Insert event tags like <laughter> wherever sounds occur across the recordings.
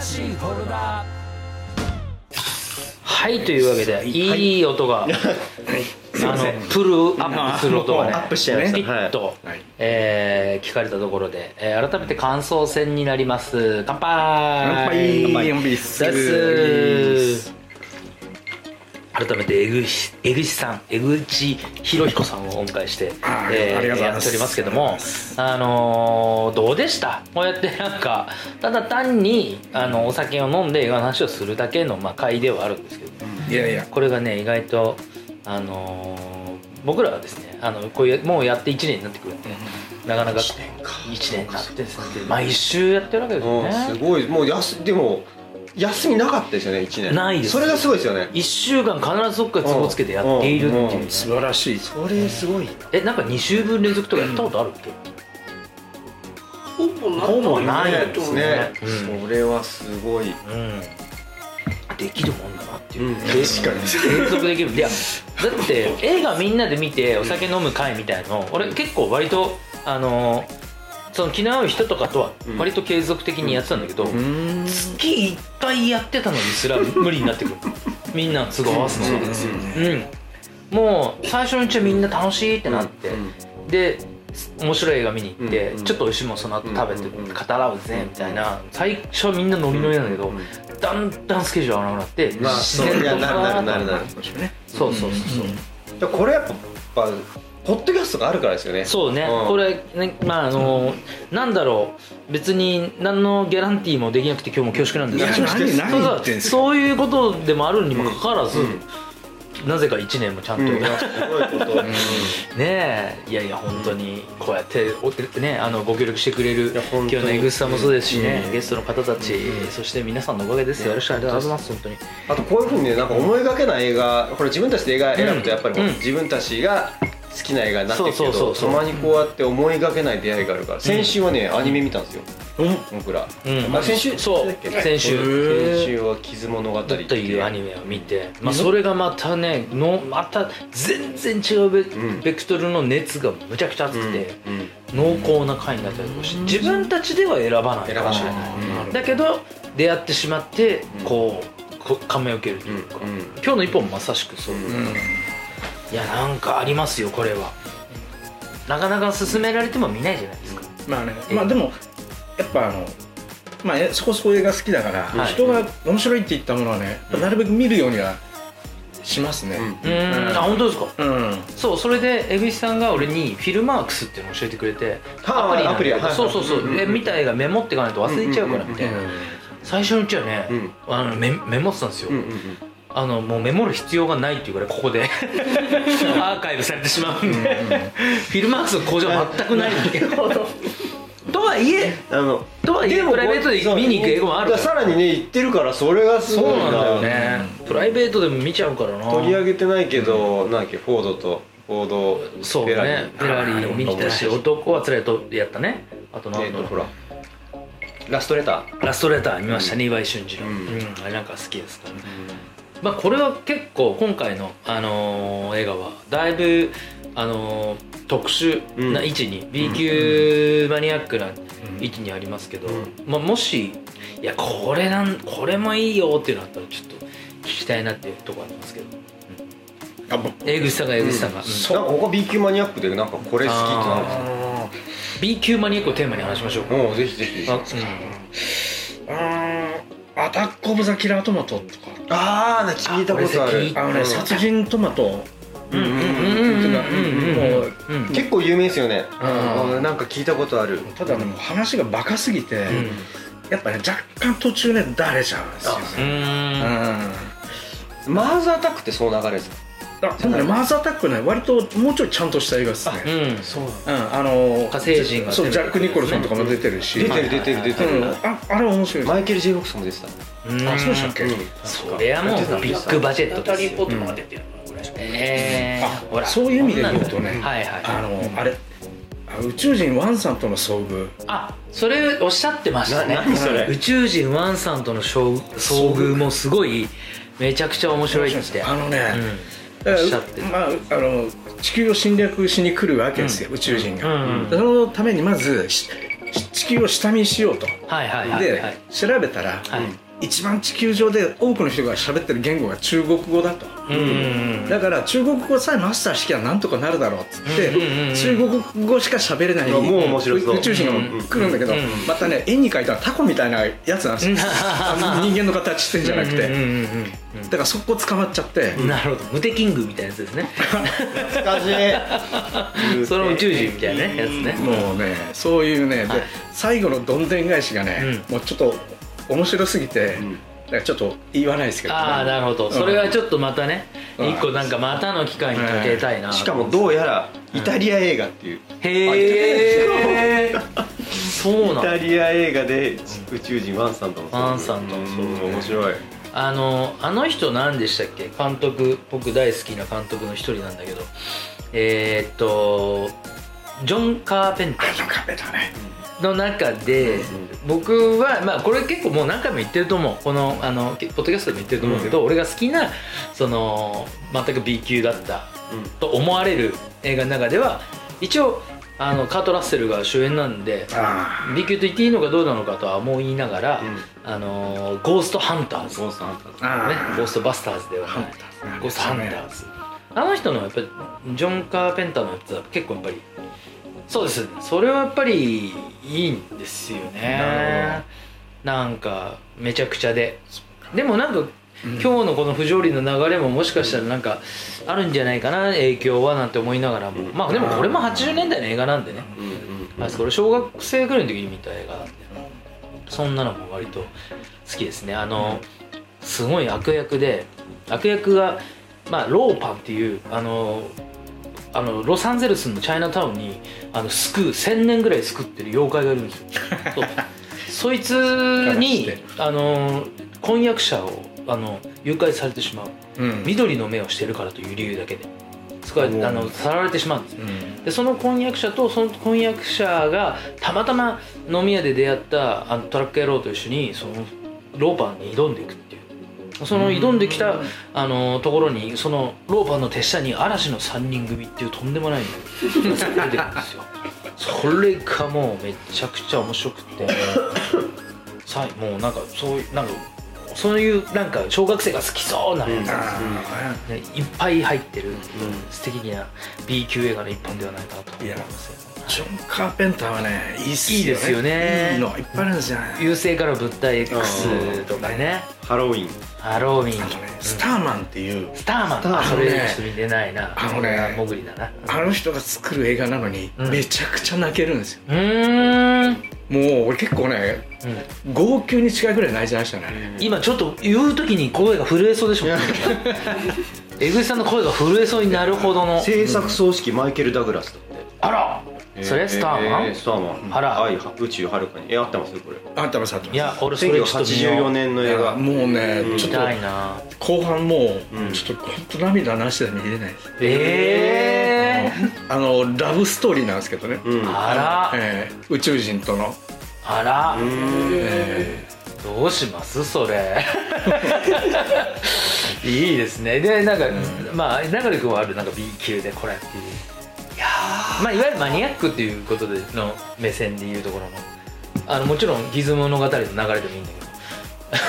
新しいフォルダはいというわけでいい音が、あのプルアップする音がねアップしちゃいましたピッと、はいえー聞かれたところで、えー改めて感想戦になります乾杯乾杯ザス改めて江口江口さん江口博彦さんをお迎えして、あーありがとうございやまっすておりますけどもあのーどうでしたこうやってなんかただ単にあのお酒を飲んで映画の話をするだけの、まあ、会ではあるんですけどいやいやこれがね意外とあのー僕らはですねあのこういうもうやって1年になってくるんで、なかなか1年か1年になってですね毎週やってるわけですようんねすごいもうやすでも休みなかったですよね1年ないですそれがすごいですよね1週間必ずどっかでツボつけてやっているっていうね、うんうん素晴らしいそれすごいえなんか2週分連続とかやったことあるっけ、ほぼなほぼないでですすねね、うんそれはすごいうんできるもんだなっていう、うんで確かに連続できるいやだって映画みんなで見てお酒飲む会みたいの俺結構割とあのーその気の合う人とかとはうん割と継続的にやってたんだけど、月いっぱいやってたのにすら無理になってくるみんな都合合わすのがうんもう最初のうちはみんな楽しいってなって、で面白い映画見に行って、うんうんちょっと美味しいもんその後食べて、うんうんうん語らうぜみたいな最初はみんなノリノリなんだけど、うんだんだんスケジュール合わなくなって、まあ自そう然いやとなるなるなるなるそうそうそうそう、でこれやっぱポッドキャストがあるからですよねそうね、うんこれねまああのなんだろう別に何のギャランティーもできなくて今日も恐縮なんですけど <laughs> いや何そうそう何言ってんすかそういうことでもあるにもかかわらず、なぜか1年もちゃんと、うんいねやすごいことえいやいや本当にこうやっておねあのご協力してくれるや本当今日にのエグスさんもそうですしね、ゲストの方たち、そして皆さんのおかげです、よろしくお願いします本当にあとこういうふうにねなんか思いがけない映画これ自分たちで映画選ぶとやっぱりうん自分たちが好きな映画になってるそうけそどうそうたまにこうやって思いがけない出会いがあるから先週はねアニメ見たんですよ僕らうんあ先週そうだっけ先週先週は「傷物語」ってというアニメを見て、まあ、それがまたねのまた全然違うベ,、んベクトルの熱がむちゃくちゃ熱くて、濃厚な回になったりとかして自分たちでは選ばない選かばもないしれない、だけど出会ってしまってこうこう感銘を受けるというか、うんうん今日の一本もまさしくそう、いやなんかありますよこれはなかなか勧められても見ないじゃないですか、まあねまあでもやっぱあのまあえそこそこ映画好きだから、はい人が面白いって言ったものはねやっぱなるべく見るようにはしますねうーんあ本当ですかうん、そうそれで江口さんが俺にフィルマークスっていうのを教えてくれてはあなんだけどアプリはいそうそうそう、で見た映画メモっていかないと忘れちゃうからみたいな、最初のうちはね、うんあのメメモってたんですよ、うんうんうんあのもうメモる必要がないっていうからいここで <laughs> アーカイブされてしまうんで、フィルマークスの工場は全くないんだけどとはいえあのとはいえプライベートで見に行く映画もあるだからさらにね行ってるからそれがすそごういなんだよね、プライベートでも見ちゃうからな取り上げてないけどなんだっけフォードとフォードそうフェラねリフェラリーを見に行ったし男はつらいとやったねあと何えっだとろうほらラストレタラストレター見ましたね、岩井俊二の、ううんんあれなんか好きですからね、まあ、これは結構今回の、あのー映画はだいぶ、あのー特殊な位置に、B 級マニアックな位置にありますけど、まあ、もしいやこれなんこれもいいよっていうのあったらちょっと聞きたいなっていうところありますけどあぼ江口さんが江口さんが、うんーなんか他 B 級マニアックでなんかこれ好きってなるんですよ B 級マニアックをテーマに話しましょうか、もうぜひぜひああうんあーアタック・オブ・ザ・キラートマトとかあーな聞いたことああ俺る好きあのね、うん殺人トマトうんううんんうんうんうんもううん結構有名ですよねんうんなんか聞いたことあるただねもう話がバカすぎて、うんやっぱね若干途中ねだれちゃうんですよねうーんマーズアタックってそう流れですかうんあでもねマーズアタックね割ともうちょいちゃんとした映画ですね、うんそううん、あの火星人がそう出てくるジャック・ニコルソンとかも出てるし、出てる出てる出てうるん、ああれは面白いです、マイケル・ J ・フォックスも出てたうんあそうでしたっけ、それはもうビッグバジェッナトタでリすー・ポよートマンが出てるのぐらいしかえーあほらそういう意味で言うとねはいはいあのあれあ宇宙人ワンさんとの遭遇あそれおっしゃってましたねな何それ宇宙人ワンさんとの遭遭遇もすごいめちゃくちゃ面白いってあのね、うんおだっかしゃっらてまあ、あの地球を侵略しに来るわけですよ、宇宙人が、うんうんでそのためにまずし地球を下見しようとはいはいはいで、はい調べたら、はい一番地球上で多くの人が喋ってる言語が中国語だと、うんうんだから中国語さえマスターしきゃなんとかなるだろうっつって、うんうんうんうん中国語しか喋れないもう面白そう宇宙人が来るんだけど、うんうんまたね絵に描いたタコみたいなやつなんですよあの <laughs> 人間の形してんじゃなくて、 <laughs> うんうんうんうんだからそこ捕まっちゃって、うんなるほど無敵キングみたいなやつですね難し <laughs> いその宇宙人みたいなねやつねもうねそういうね、はいで最後のどんでん返しがね、もうちょっと面白すぎて、んだからちょっと言わないですけどね、ああなるほどそれはちょっとまたねうん一個なんかまたの機会にかけたいなしかもどうやらイタリア映画っていう、へえ <laughs> そうイなタんリア映画で宇宙人ワンさんともそうワンさんともそううん面白いあのあの人何でしたっけ監督僕大好きな監督の一人なんだけどえーっとジョン・カーペンターよかったねの中で僕はまあこれ結構もう何回も言ってると思うこのあのポッドキャストでも言ってると思うんだけど、俺が好きなその全く B 級だったうんと思われる映画の中では一応あのカート・ラッセルが主演なんであ B 級と言っていいのかどうなのかとは思いながら、うんあのゴーストハンターズ、ね、ゴーストハンターーあーゴーストバスターズではないーゴーストハンターズあの人のやっぱりジョン・カーペンターのやつは結構やっぱりそうですそれはやっぱりいいんですよなるねなんかめちゃくちゃででもなんか、今日のこの不条理の流れももしかしたらなんかあるんじゃないかな影響はなんて思いながらも、まあでもこれも80年代の映画なんでね、うんうんあそれ小学生ぐらいの時に見た映画なんでそんなのも割と好きですねあのすごい悪役で悪役が、まあ、ローパンっていうあのあのロサンゼルスのチャイナタウンにあの救う1,000年ぐらい救ってる妖怪がいるん <laughs> ですよそうそいつにあの婚約者をあの誘拐されてしまううん緑の目をしてるからという理由だけでそこはあのさらわれてしまうんですようんでその婚約者とその婚約者がたまたま飲み屋で出会ったあのトラック野郎と一緒にそのローパンに挑んでいくっていうその挑んできたあのところにそのローパンの手下に嵐の3人組っていうとんでもないのが出てくるんですよそれがもうめちゃくちゃ面白くてさいもうなんかそういうなんかそういうなんか小学生が好きそうな、うんあーね、いっぱい入ってる、素敵な B 級映画の一本ではないかなと思いますジョン・カーペンターはねいいっすよねいいですよねいいのいっぱいあるんですよね優勢から物体 X とかねハロウィンハロウィあとねンスターマンっていうスターマンターマンあそれねちょっと見てないなあのねモグリだなあの人が作る映画なのにうんめちゃくちゃ泣けるんですようーん、うん、もう俺結構ね号泣に近いぐらい泣いちゃいましたね今ちょっと言う時に声が震えそうでしょ <laughs> 江口さんの声が震えそうになるほどの制作葬式マイケル・ダグラスだってあらそれスターマン、えスターマンあら愛宇宙はるかにえ合ってますこれあんたもさといや俺それちょっと見よう1984年の映画もうねうんちょ見ったいなと後半もうんうちょっと本当涙なしでは見れないですええあのラブストーリーなんですけどねうんあらええ宇宙人とのあら、えどうしますそれ <laughs> いいですねでなんか、まあ流れ君はあるなんか B 級でこれっていういやまあいわゆるマニアックっていうことでの目線でいうところのあのもちろん「ギズモ物語」の流れでもいいんだけど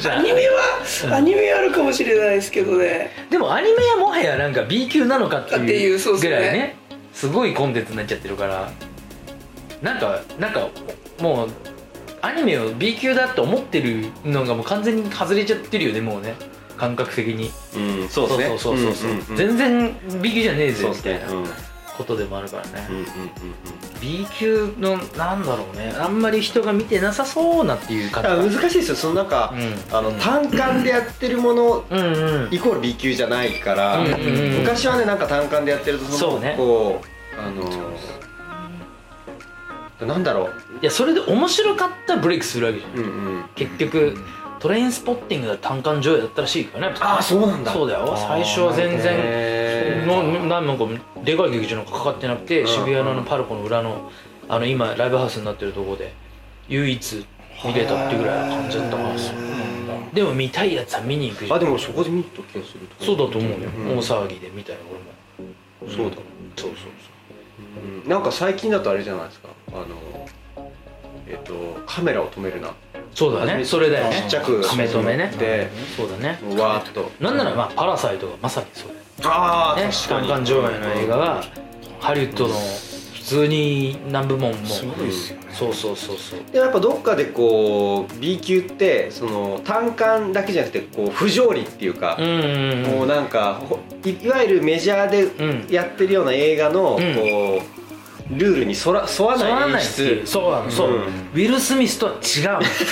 じゃアあニメはアニメあるかもしれないですけどねでもアニメはもはやなんか B 級なのかってっていいううそうっすぐねらいねすごいコンテンツになっちゃってるからなんかなんかもうアニメを B 級だと思ってるのがもう完全に外れちゃってるよねもうね感覚的にうんそうですねそうそうそうそう、んんん全然 B 級じゃねえぜそうみですたいねなうんうんことでもあるからね、うんうん B 級のなんだろうねあんまり人が見てなさそうなっていうだ感からじ難しいですよそのなんかうんあの単館でやってるものうんうんイコール B 級じゃないからうんうんうん昔はねなんか単館でやってるとそそうねのこうあのーなんだろういやそれで面白かったらブレイクするわけじゃんうんうん結局トレインスポッティングが単館上映だったらしいからねああそうなんだそうだよ最初は全然へなななんかでかい劇場なんかかかってなくてん渋谷のあのパルコの裏のあの今ライブハウスになってるとこで唯一見れたってぐらいの感じだったからでも見たいやつは見に行くじーゃあんでもそこで見に行った気がするそうだと思うよん大騒ぎで見たよ俺もそうだそうそううんなんか最近だとあれじゃないですかあのえっとカメラを止めるなそうだねそれだよねちっちゃくカメ止めねでそうだねもうわーっとなんならまあパラサイトがまさにそれあね単館上映の映画はハリウッドの普通に何部門もすごいですよねそうそうそうそうでもやっぱどっかでこう B 級ってその単管だけじゃなくてこう不条理っていうかう、んもうなんかほいいわゆるメジャーでうんやってるような映画のうこんう、ルールにそら沿わそうなないん演ないってい出うそうなのそう、うウんィル・スミスとは違うのし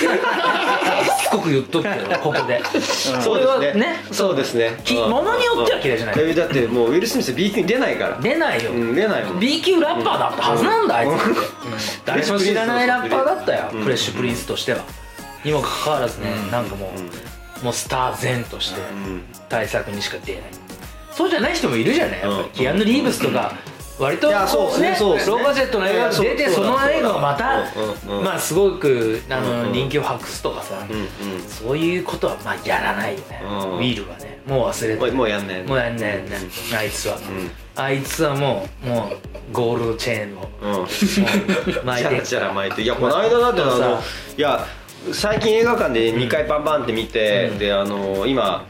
つこく言っとくけどここでそうですこれはねそうですねきものによっては嫌いじゃないえだってもうウィル・スミス B 級に出ないから、出ないよ、うん、出ないもん B 級ラッパーだったはずなんだあいつって、ううんん誰も知らないラッパーだったようんフレッシュプリンスとしてはにもかかわらずね、なんかもう、もうスター全としてうん対策にしか出ないそうじゃない人もいるじゃないやっぱり、うんキアヌ・リーブスとか割といやそうですねそうですねローバジェットの映画が出いてやそそうそうだの映画をまたそうだうんうんまあすごくあうんうのん人気を博すとかさうんそういうことはまあやらないよねウうんィールはねもう忘れうんもうてもうやんないもうやんないやんないあいつはんあいつはもうもうゴールドチェーンをうんもう巻チいャてラチャラ巻いていやこの間だってあそうのさいや最近映画館で2回バンバンって見て、うんであの今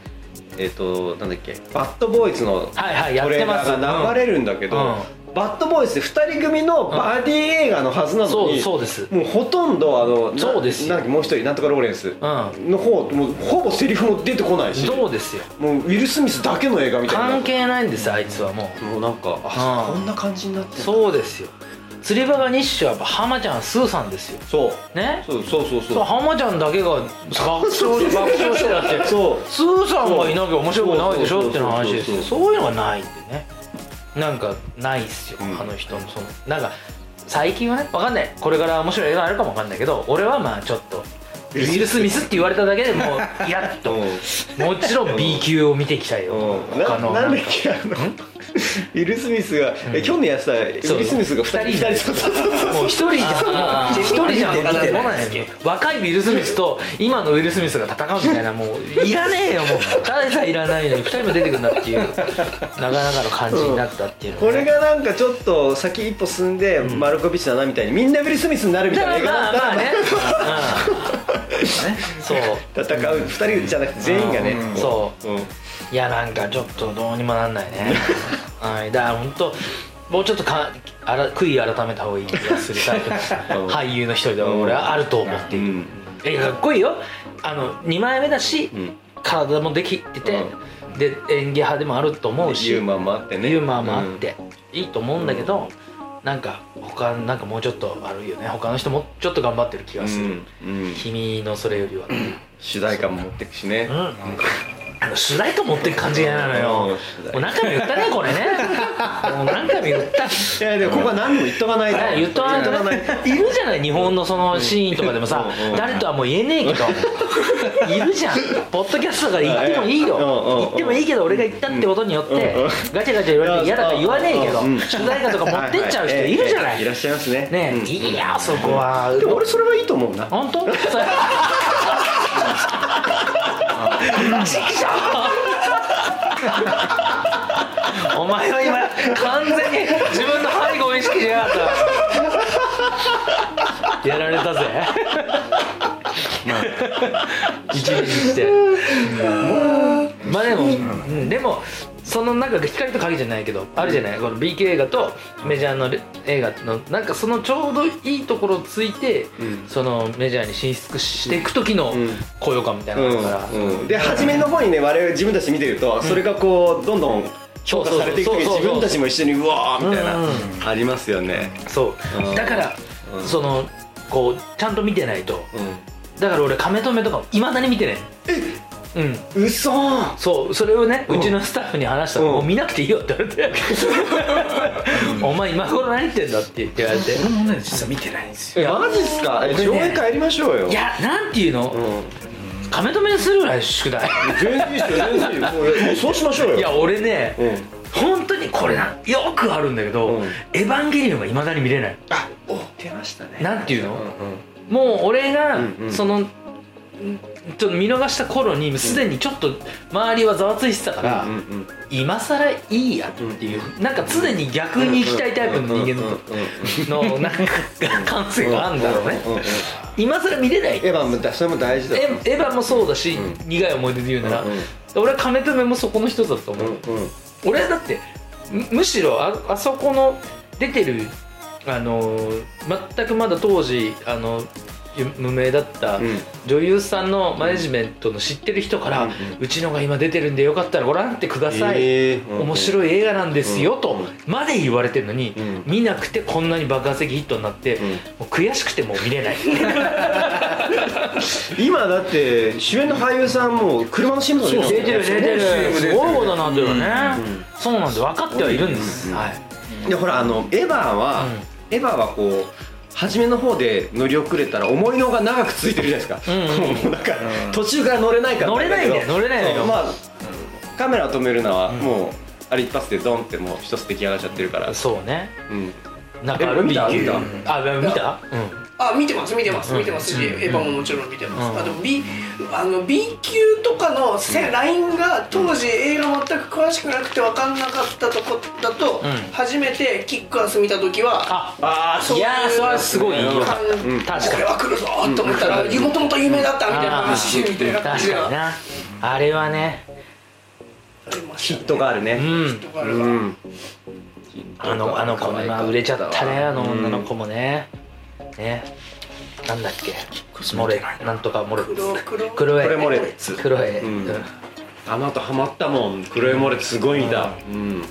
えっ、となんだっけバッドボーイズのトはいはいやっレてーまラすーが流れるんだけど、うんバッドボーイズって2人組のバディ映画のはずなのに、うんそうそうですもうほとんどあのなそうですよなんだっけもう一人なんとかローレンスの方、もうほぼセリフも出てこないしどうですよもうウィル・スミスだけの映画みたいな関係ないんですあいつはもうもうなんかあうんこんな感じになってんだそうですよ釣り場が日誌はやっぱ浜ちゃんスーさんですよそうねそうそうそうそうそう浜ちゃんだけが爆笑 <laughs> 爆笑してたってそうスーさんがいなきゃ面白くないでしょっていう話ですよそそういうのがないんでねなんかないっすよ、うんあの人のそのなんか最近はね分かんないこれから面白い映画あるかも分かんないけど俺はまあちょっとウィル・スミスって言われただけでも <laughs> うやっともちろん B 級を見ていきたいようんな他のなんだっけあのウィル・スミスが、え去年やってたウィル・スミスが2人そう2人そうそうそうそうもう一人じゃん一人じゃん見てないもうないよ若いウィル・スミスと今のウィル・スミスが戦うみたいなもういらねえよもうただでさえいらないのに二人も出てくるんだっていうなかなかの感じになったっていうのこれががなんかちょっと先一歩進んで、マルコビッチだなみたいにみんなウィル・スミスになるみだたかいな映画らまあだまあっねうんそうたら戦う2人じゃなくて全員がね、うんそううんいやなんかちょっとどうにもなんない <laughs> ねはいだから本当もうちょっとかあら悔い改めた方がいい気がするタイプの俳優の一人では俺はあると思っている、うんえかっこいいよあの2枚目だし、ん体もできてて、で演技派でもあると思うしユーマンもあってねユーモアもあって、いいと思うんだけど、なんか他なんかもうちょっとあるよね他の人もちょっと頑張ってる気うがする、ん、うん、君のそれよりは、主題歌も持ってくしね、うんあの主題歌持ってる感じが嫌なのうんよ主も題歌う何回も言ったねこれねもう何回も言ったいやでもここは何も言っとかないと、言っとかないとねいるじゃない日本のそのシーンとかでもさうんうん誰とはもう言えねえけどいるじゃんポッドキャストだから言ってもいいようんうん言ってもいいけど俺が言ったってことによっうてんうんガチャガチャ言われて嫌だから言わねえけどうん主題歌とか持ってっちゃう人いるじゃなはいいらっしゃいますねねうんえいやそこはでも俺それはいいと思うな本当それちくしょう <laughs> お前は今完全に自分の背後を意識しやがったやられたぜ一日にしてまあでも、うんでもそのなんか光と影じゃないけどあるじゃない、この B 級映画とメジャーのレ映画のなんかそのちょうどいいところをついて、んそのメジャーに進出していく時のん高揚感みたいなのがあるから、うんで初めの方にね我々自分たち見てるとそれがこうどんどん評価されていく時にそうそうそう自分たちも一緒にうわーみたいうんうなありますよねそう、うんだから、うんそのこうちゃんと見てないとうだから俺亀止めとかいまだに見てないうんん嘘そうそれをねうちのスタッフに話したら、うんもう見なくていいよって言わ <laughs> れて「お前今頃何言ってんだ」って言われて俺もね実は見てないんですよいやマジっすか俺えね上映会やりましょうよいやなんていうの、うん亀止めするぐらい宿題全然いいっすよ全然いいよもうもう <laughs> そうしましょうよいや俺ね、うん本当にこれなよくあるんだけど「うんエヴァンゲリオン」がいまだに見れないあお出ましたねなんていうのうんうんもう俺が、うんうんそのちょっと見逃した頃にすでにちょっと周りはざわついてたから、うんうん今更いいやっていうなんか常に逆に行きたいタイプの人間うんのうんうんのなんか感性があるんだろうねうんうんうん今更見れないエヴァもだそれも大事だエヴエヴァもそうだし、う苦い思い出で言うなら、うんうん俺は金留めもそこの一つだと思うう、んうん俺はだってむむしろああそこの出てるあのー全くまだ当時あのゆ無名だったうん女優さんのマネジメントの知ってる人から、ううんうんちのが今出てるんでよかったらご覧ってください、えーうんうん面白い映画なんですよ、とまで言われてるのに、うん見なくてこんなに爆発的ヒットになって、んもう悔しくてもう見 <laughs> れない <laughs> 今だって主演の俳優さんも車の CM とか出てるる出てるすごいことなんだよね、うんそうなんで分かってはいるんです、うんはいでほらあのエヴァは、エヴァはこう初めの方で乗り遅れたら思いのが長く続いてるじゃないですか、うんうんもうなんか、うん途中から乗れないから乗れないんだよけど乗れないのよそうまあカメラを止めるのは、んもうあれ一発でドンってもう一つ出来上がっちゃってるから、そうねうん、なんかえある見た B 級見たあ見たうんあ見てます見てます見てますし、うんエヴァももちろん見てます、うんあと B あの B 級とかのせ、ラインが当時映画全く詳しくなくて分かんなかったとこだと、うん初めてキックアス見た時はああそういいうやーそれはすごいよかっうんた確こかれには来るぞーと思ったら、もともと有名だったみたいなあ話ーみたいな感じ確がかになあれはねありまヒしたットがあるうね、んとかあうるわん、あのあの子もな売れちゃったねあの女の子もねねなんだっけモレなんとかモレ黒黒黒これモレ黒ツ黒い、うんうんあの後ハマったもん黒いモレすごいんだ、うん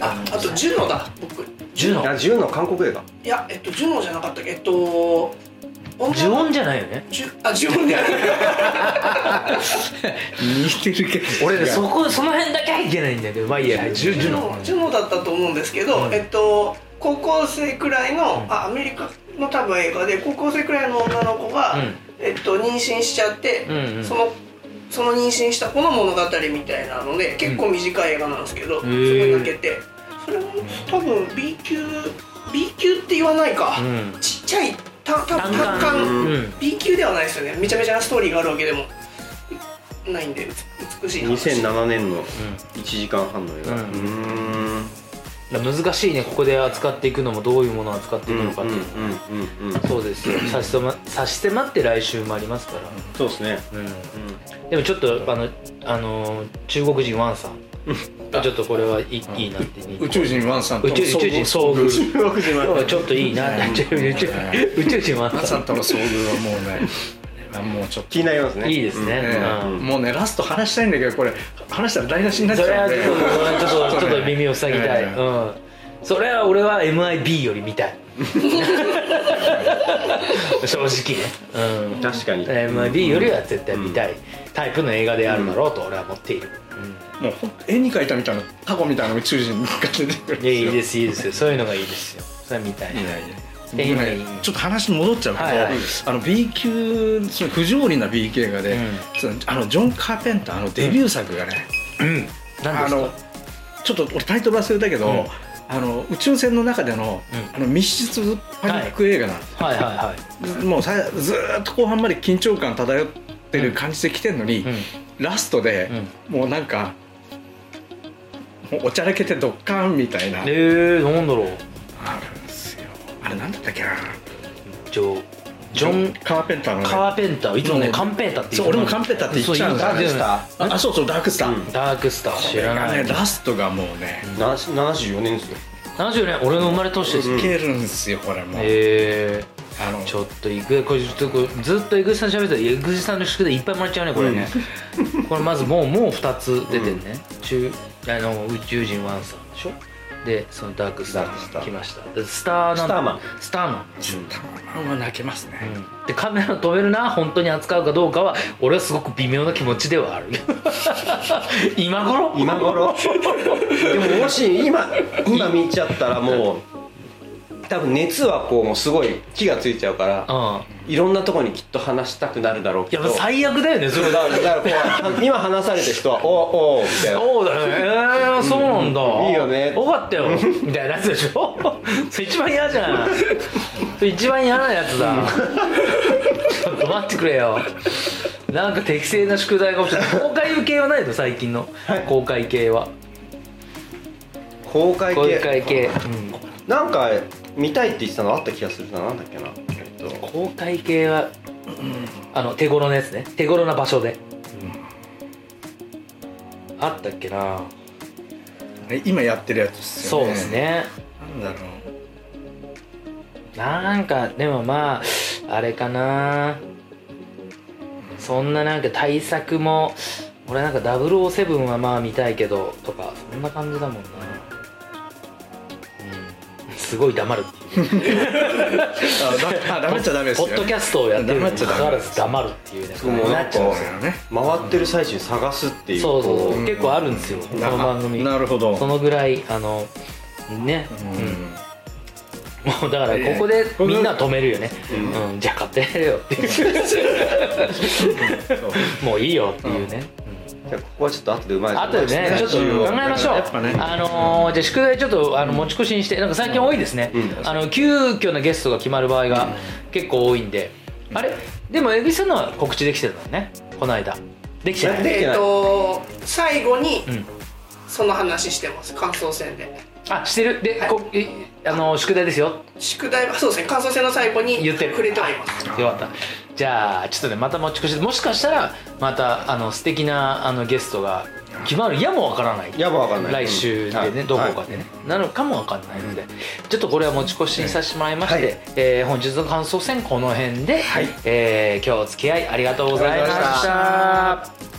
ああとジュノだ僕いジュノあ銃の韓国映画やえっとジュノじゃなかったっけえっと女の呪音じゃないよねジュあジュオンじゃない似てるけど俺ねそこその辺だけはいけないんだけどまあいいやジュジュノジュノだったと思うんですけど、うんえっと高校生くらいの、あアメリカの多分映画で高校生くらいの女の子が、うんえっと妊娠しちゃって、うんうんそのその妊娠した子の物語みたいなので結構短い映画なんですけど、んすごい泣けてそれも多分 B 級 B 級って言わないか、うんちっちゃいたた単管単管うん B 級ではないですよねめちゃめちゃなストーリーがあるわけでもないんで美しい話2007年の1時間半の映画うんーん難しいねここで扱っていくのもどういうものを扱っていくのかっていうのは、うんうんうんうんそうですよ差し迫差し迫って来週もありますから、そうですね、でもちょっとあの、あのー中国人ワンさんちょっとこれはいい,、いいなって宇宙人ワンさんと宇の宙宇宙人遭遭遇遇中国人はちょっといいなって宇宙宇宙人ワワンンささんんとの遭遇はもうねあもうちょっと気になりますねいいですね、ねうんもうねラスト話したいんだけどこれ話したら台無しになっちそれゃはうんちょでっとちょっとちょっと耳を塞ぎたい、ええうんそれは俺は MIB より見たい正直ね、うん、確かに MIB よりは絶対見たいタイプの映画であるだろうと俺は思っている、もうほんと絵に描いたみたいなタコみたいな宇宙人が出てくるんいやいいでですよすいいですよそういうのがいいですよそれは見たいいやいやで僕ね今ちょっと話戻っちゃうけど、はいはいあの B 級その不条理な B 級映画で、うんそのあのジョン・カーペンターのデビュー作がね、何あですかのちょっと俺タイトル忘れたけど、うんあの宇宙船の中での,、うあの密室パニック映画なの、はいはいはいもうさずーっと後半まで緊張感漂ってる感じで来てんのに、うんラストで、もうなんかもうおちゃらけてドッカンみたいな、えー、なんだろうあるんですよあれなんだったっけなジョジョン・カーペンターのねカーペンターいつもねカンペータってそう俺もカンペータって言っちゃうんだよねそう言うダークああそうそうダークスター、うんダークスター知らこなれいがねラストがもうねな74年ですよ70年俺の生まれ年ですよ、うんいけるんですよこれも、えあのー、ちょっといくこれちょっとこれずっと江口さん喋ってたら江口さんの宿題いっぱいもらっちゃうねこれね、これまずもうもう2つ出てるね、中あの宇宙人ワンさんでしょでそのダークスタダークスターー来ましたでスターなんスターマンスターマンたまんは泣けますね、でカメラ止めるな本当に扱うかどうかは俺はすごく微妙な気持ちではある <laughs> 今頃今頃でももし今今見ちゃったらもう多分熱はこうもうすごい火がついちゃうからうんいろんなとこにきっと話したくなるだろういけやどもう最悪だよねそれだからだからこう今話された人は「おうおう」みたいなそうだね、えー、そうなんだ、うんいいよねよかったよみたいなやつでしょそれ一番嫌じゃんそれ一番嫌なやつだと待ってくれよなんか適正な宿題が欲しい公開系はないの最近の公開系は公開公系開系なんか見たいって言ってたのあった気がするななんだっけなえっと公開系はあの手頃のやつね手頃な場所であったっけな今やってるやつですそようねですねなんだろうなんかでもまああれかなそんななんか対策も俺なんか007はまあ見たいけどとかそんな感じだもんな、うん、すごい黙るっていうあだあダメっちゃダメですポよッドキャストをやってるにも黙っちかゃダメかわらず黙るっていうねもうななっんちかゃうんですよね回ってる最中に探すっていうそうそうそうこ結構あるんですよこの番組ななるほどそのぐらいあのね、うんうんもう <laughs> だからここでみんな止めるよね、うんじゃあ買ってやれよっていうもういいよっていうね、じゃあここはちょっと後でうまいあとでねちょっと考えましょう、やっぱねあのーじゃあ宿題ちょっとあの持ち越しにしてなんか最近多いですね、うんあの急遽のゲストが決まる場合が結構多いんで、あれでも蛭子さんのは告知できてるのねこの間できてないででえっと最後にんその話してます感想戦であしてるで、はいこえあのー宿題ですよ宿題はそうですね感想戦の最後に言ってる触れてはいますよかったじゃあちょっとねまた持ち越しでもしかしたらまたあの素敵なあのゲストが決まるやもわからないやばわかんない来週でね、うんはいどこかでね、なのかもわかんないので、ちょっとこれは持ち越しにさせてもらいまして、はいえー本日の感想戦この辺で、はいえー今日お付き合いありがとうございまありがとうございました